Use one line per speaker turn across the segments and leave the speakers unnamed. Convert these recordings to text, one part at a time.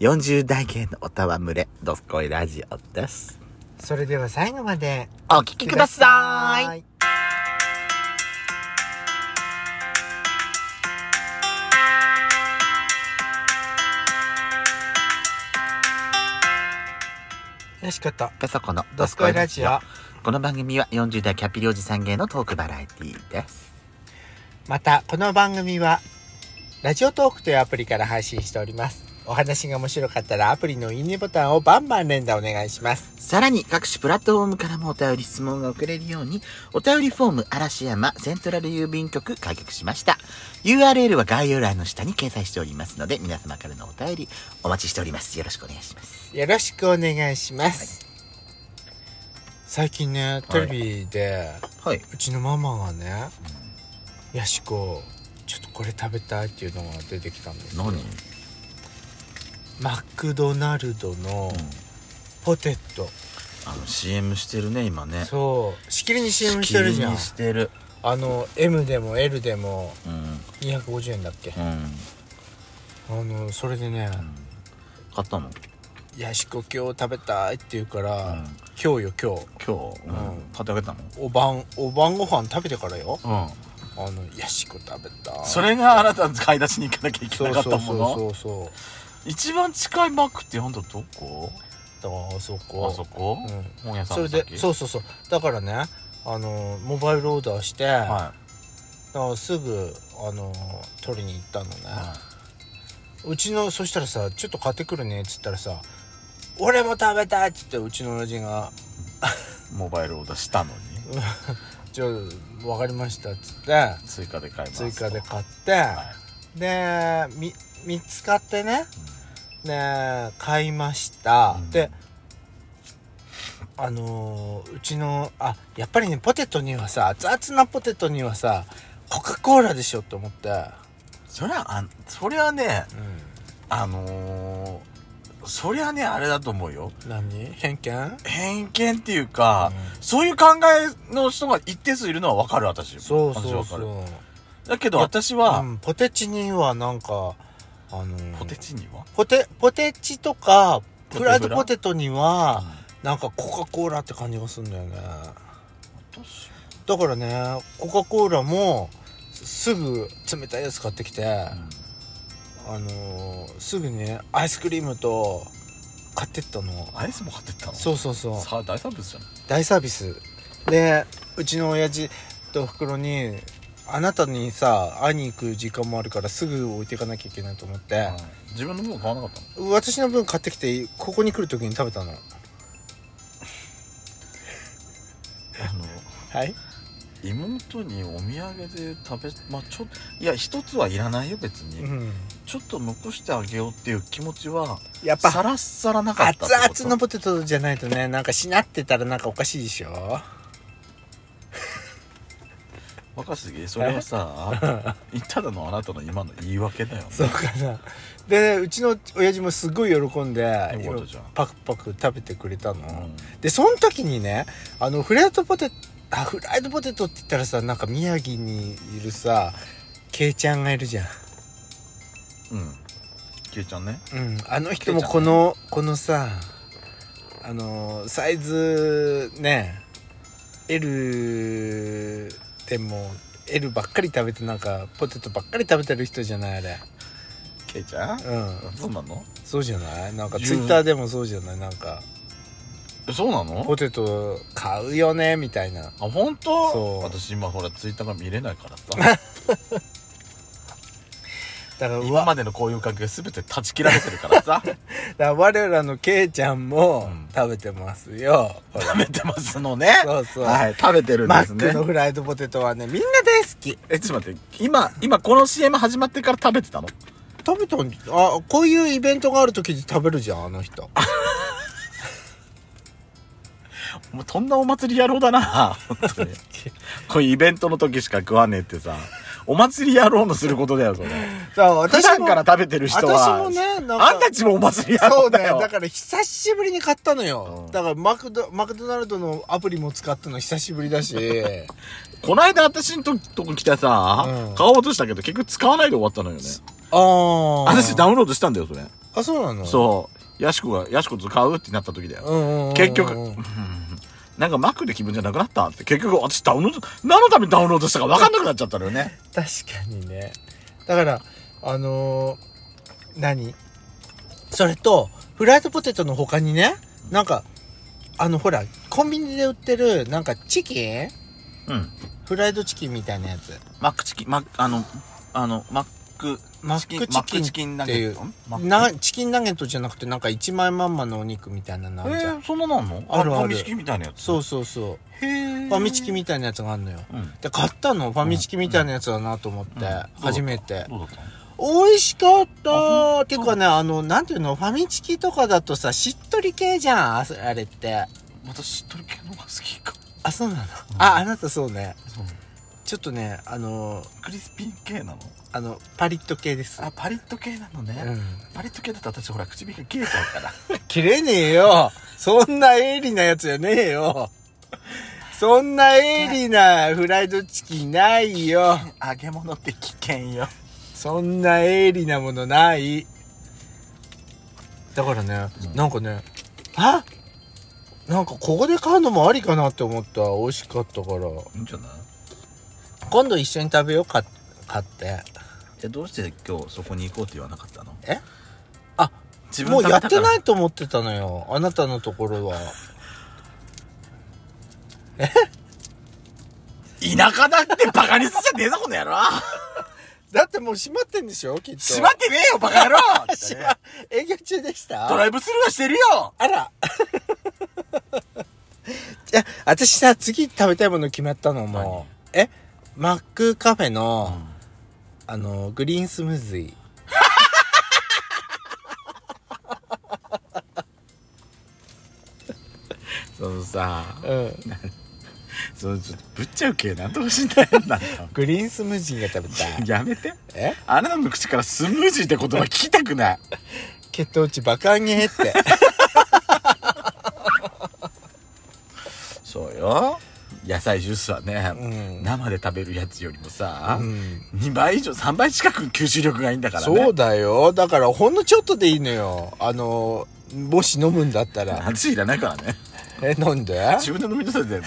40代系のおたわむれ、どすこいラジオです。
それでは最後まで
お聞きください。
いよしこと
ペソコの
ドスコイラジオ。
この番組は40代キャピリおじさん芸のトークバラエティーです。
またこの番組はラジオトークというアプリから配信しておりますお話が面白かったらアプリのいいねボタンをバンバン連打お願いします
さらに各種プラットフォームからもお便り質問が送れるように、お便りフォーム嵐山セントラル郵便局開局しました。URL は概要欄の下に掲載しておりますので、皆様からのお便りお待ちしております。よろしくお願いします。
よろしくお願いします、最近ねテレビで、
はい。
うちのママがねヤシコちょっとこれ食べたいっていうのが出てきたんですよ
何
マクドナルドのポテト、
あの CM してるね、今ね。
そうしきりに CM してるじゃん
急にしてる。
あの M でも L でも
うん。
250円だっけ、
うん。
あのそれでね
買ったの
「ヤシコ今日食べたい」って言うから「
うん
今日よ今日
今日、うん
うん
買ってあげたの
お晩お晩ご飯食べてからよ
う
あのヤシコ食べたい」
それがあなたの買い出しに行かなきゃいけ
そ
な
う
か
そ
っ
う
た
そう
もの
そうそう
一番近いマックってあんたどこ
だあそこ
あそこ、
うん
本屋さん
そ
の
れで
先
そうそうそうだからねあのモバイルオーダーして、
は
だからすぐあの取りに行ったのね、
い、は
うちのそしたらさ「ちょっと買ってくるね」っつったらさ「俺も食べたい」っつってうちの親父が
い、モバイルオーダーしたのに
「じゃあ分かりました」っつって
追加で買います
追加で
っ
買って、
たはい
でみ見つかってねで買いました、
うん
であのーうちのあやっぱりねポテトにはさ熱々なポテトにはさコカ・コーラでしょって思って、
そりゃあんそりゃね
う
あのーそりゃねあれだと思うよ
ん、何偏見
偏見っていうか、
う
そういう考えの人が一定数いるのはわかる私
そうそう
私わか
そう
るだけど私は、
うん、ポテチにはなんかあのー
ポテチには
ポテポテチとか
ポテ
フ
ブラ
ライドポテトにはなんかコカ・コーラって感じがするんだよね
私
だからねコカ・コーラもすぐ冷たいやつ買ってきて、あのーすぐねアイスクリームと買ってったの
アイスも買ってったの
そうそうそう
さあ大サービスじゃん
大サービスでうちの親父とおふくろにあなたにさ会いに行く時間もあるからすぐ置いていかなきゃいけないと思って、
自分の分は買わなかったの
私の分買ってきてここに来る時に食べたの
あの
はい
妹にお土産で食べまあちょっといや一つはいらないよ別に、
うん
ちょっと残してあげようっていう気持ちは
やっぱ
さらっさらなかったってこと
熱々のポテトじゃないとねなんかしなってたらなんかおかしいでしょ
若杉それはさただのあなたの今の言い訳だよ
そうかなでうちの親父もすごい喜んで
よかったじゃん
パクパク食べてくれたの、
うん
でその時にねあのフライドポテトあフライドポテトって言ったらさなんか宮城にいるさケイちゃんがいるじゃん
うんキューちゃんね
うんあの人もこの、このさあのーサイズね L でも L ばっかり食べてなんかポテトばっかり食べてる人じゃないあれ
キューちゃん
うん
そうなの
そうじゃないなんか
十
ツイッターでもそうじゃないなんか
えそうなの
ポテト買うよねみたいな
あ本当
そう
私今ほらツイッターが見れないからさ
だから
今
わ
までのこ ういう関係全て断ち切られてるから さ
だから我らのケイちゃんも
うん
食べてますよ、
食べてますのね
そうそう、
はい食べてるん
マ
です
ック
ね
のフライドポテトはねみんな大好き
えちょっと待って今今この CM 始まってから食べてたの
食べたんあこういうイベントがある時に食べるじゃんあの人
もうとんなお祭り野郎だな本当にこういうイベントの時しか食わねえってさお祭り野郎のすることだよそれ
だから
普
私
段
も
から食べてる人は
私もねなんか
あんたちもお祭り野
そ
郎
うだ
だよ
よだから久しぶりに買ったのよ、
うん
だからマクドマクドナルドのアプリも使ったの久しぶり だし
こないだ私んととこ来てさ、
うん
買おうとしたけど結局使わないで終わったのよね
ああ
私ダウンロードしたんだよそれ
あそうなの
そうやしこがやしこと買うってなった時だよ、
うんうんうんうん
結局なんかマックで気分じゃなくなったって結局私ダウンロード何のためにダウンロードしたか分かんなくなっちゃったのよね
確かにねだからあのー何それとフライドポテトの他にねなんかあのほらコンビニで売ってるなんかチキン
うん
フライドチキンみたいなやつ
マックチキンマックあのあのマック
マックチキン
マックチキンナゲット
って
マック
なチキンナゲットじゃなくてなんか一枚まんまのお肉みたいなのあ
え
るじゃん、
ー、そんなのあんの
あるある
ファミチキみたいなやつ
そうそうそう
へえ
ファミチキみたいなやつがあるのよ
うん
で買ったのファミチキみたいなやつだなと思って、
うんうん
初めて
どうだったの
美味しかった
あ
ていうかねあのなんていうのファミチキとかだとさしっとり系じゃんああれって
私しっとり系のが好きか
あそうなの、ああなたそうね
そう
ちょっとねあの
クリスピー系なの
あのパリッと系です
あパリッと系なのね、
うん
パリッと系だと私ほら唇が切れちゃうから
切れねえよそんな鋭利なやつじゃねえよそんな鋭利なフライドチキンないよ
揚げ物って危険よ
そんな鋭利なものないだからね、
うん
なんかねあなんかここで買うのもありかなって思った美味しかったから
いいんじゃない
今度一緒に食べようか買って
えどうして今日そこに行こうって言わなかったの
えあ
自
もうやってないいと思ってたのよあなたのところは
田舎だってバカにすんじゃねえぞこの野 郎
だってもう閉まってんでしょきっと
閉まってねえよバカ野 郎
閉ま営業中でした
ドライブスルーはしてるよ
あら いや私さ次食べたいもの決まったのもうえマックカフェの、あのグリーンスムーズイ
そのさ
うん
そのちょっとぶっちゃう系なんとかしないん だ
グリーンスムージーが食べた い
やめて
え
あなたの口からスムージーって言葉聞きたくない
血糖値爆上げって
そうよ野菜ジュースはね、
うん
生で食べるやつよりもさ、
うん
二2倍以上3倍近く吸収力がいいんだからね
そうだよだからほんのちょっとでいいのよあのもし飲むんだったら
私いらないからね
え飲んで
自分で飲み出せてる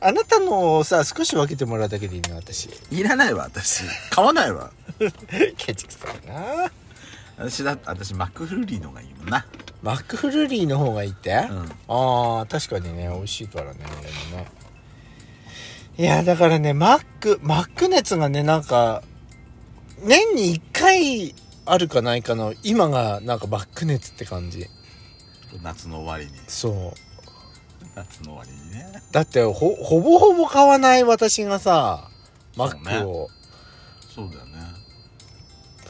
あなたのをさ少し分けてもらうだけでいいのよ私
いらないわ私買わないわ
ケチくさいな
私だ私マクフルーリーのがいいもんな
マックフルーリーの方がいいって、
うん
ああ確かにね美味しいからねあれもねいやだからねマックマック熱がねなんか年に1回あるかないかの今がなんかマック熱って感じ
夏の終わりに
そう
夏の終わりにね
だってほほぼほぼ買わない私がさマックを
そうだよね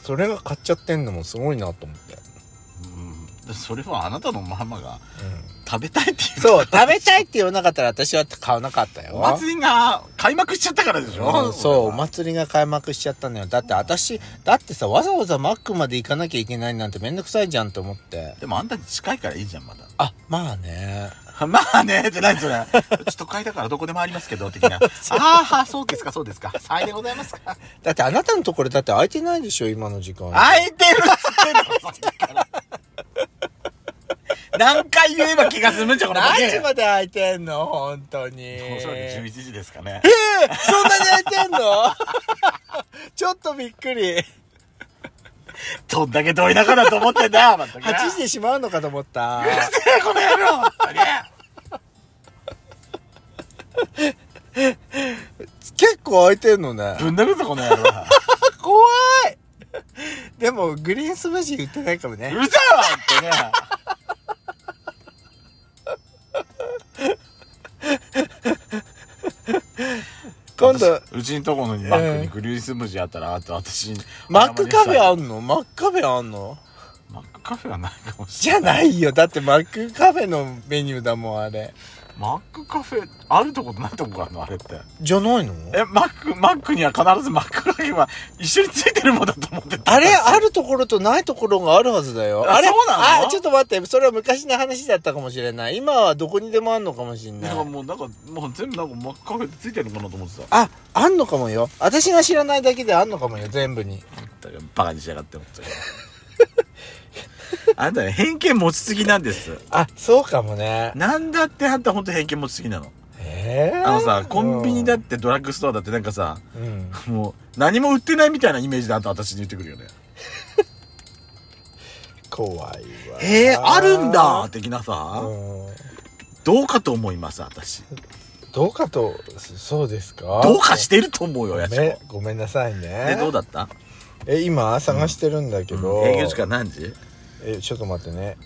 そ,、れが買っちゃってんのもすごいなと思って、
うんそれはあなたのママが
う
食べたいってい
ん、
う
そう食べたいって言わなかったら私は買わなかったよ
お祭りが開幕しちゃったからでしょ、
うんそう、お
ま、
祭りが開幕しちゃったのよ。だって私、だってさ、わざわざマックまで行かなきゃいけないなんてめんどくさいじゃんと思って。
でもあんたに近いからいいじゃんまだ
あ、まあね。
まあねって何それうち都会だからどこでもありますけど的 なああそうですかそうですかさいでございますか
だってあなたのところだって空いてないでしょ、今の時間。
開いてるっつってんのさっき から何回言えば気が済むんじゃこの
何時
も
まで空いてんの本当に。
うそらく
え
11時ですかね
ーそんなに空いてんの ちょっとびっくり。
どんだけど田舎だと思ってんだ よまったく
8時でしまうのかと思った。
うるせえこの野郎本当に
結構空いてんの ね。
ぶん殴るぞこの 野郎
怖い でも、グリーンスムージー売ってないかも
う
ね。
るせえわ本当ね
今度、
私うちんとこのマックにグリーンスムージーあったらあと私に
マックカフ
謝りなさ
ェ
い
あんのマックカフェあんの
マックカフェはないかもし
じ
れ
ゃ
ない
ないよ。だってマックカフェのメニューだもん、あれ。
マックカフェあるとことないとこがあるのあれって
じゃないの
えマックマックには必ずマックカフェは一緒についてるもんだと思ってた
あれ、あるところとないところがあるはずだよ。
あ
あれ
そうなの
あ、ちょっと待って。それは昔の話だったかもしれない。今はどこにでもあんのかもしれな
なんか
い。
もうなんかもう全部なんかマックカフェってついてるのかなと思ってた
あ、あんのかもよ。私が知らないだけであんのかもよ、全部に。
だからバカにしやがって思ってたけど あんたね、偏見持ちすぎなんです。
あ、そうかもね。
なんだってあんたほんと偏見持ちすぎなの。
えー
あのさ、コンビニだっ、てドラッグストアだってなんかさ、
うんうん
もう何も売ってないみたいなイメージであんた私に言ってくるよね。
怖いわ。
へえ、あるんだ的なさ、
うん
どうかと思います、私。
どうかと、そそうですか
どうかしてると思うよ、
ご
やし
めん
こ。、
ごめんなさいね。
え、どうだった
え、今探してるんだけど。
うん営業時間何時
え、ちょっと待ってね。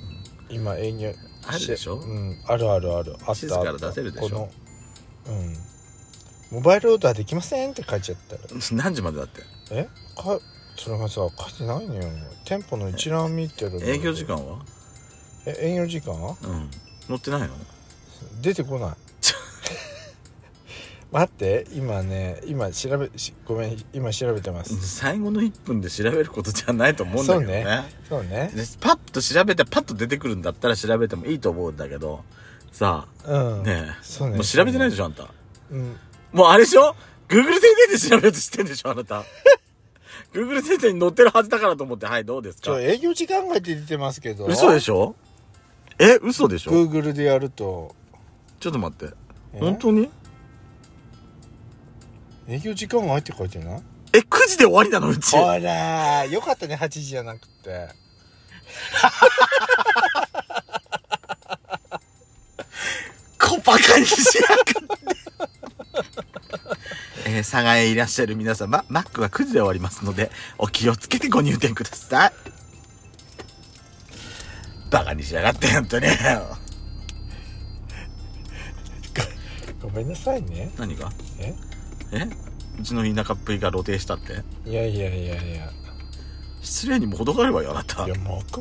今営業。
あるでしょ
うん、あるあるある。あった。
地図から出せるでしょ
このうん。モバイルオーダーできませんって書いちゃったよ。
何時までだって。
えかそれがさ書いてないのよ店舗の一覧見てるの
営業時間は
え営業時間
うん。乗ってないの
出て こない待って今ね今調べしごめん今調べてます、
最後の1分で調べることじゃないと思うんだけどね。
そうそうね
でパッと調べて、パッと出てくるんだったら調べてもいいと思うんだけど、さ
う
あ、
ん
ねえ、
そうね
もう調べてないで
し
しょ、あんた。
ょ、うん、
もうあれでしょ ?Google 先生で調べようとしてんでしょ、あなた。Google 先生に載ってるはずだからと思って、はい、どうです
ち
か
ょ営業時間外って出てますけど
嘘で
ょ
しょえ、嘘でしょ
Google でやると
ちょっと待って。
え
本当に
営業時間外って書いてない
え、9時で終わりなの、うち。
ほらよかったね8時じゃなくて
小バカにしやがって。えー、佐賀へいらっしゃる皆様、マックは9時で終わりますので、お気をつけてご入店ください。バカにしやがって、ほんとに。
ごめんなさいね
何が
え
えうちの田舎っぷりが露呈したって
いやいやいやいや
失礼にも程があるわよ、あなた
いや、。マック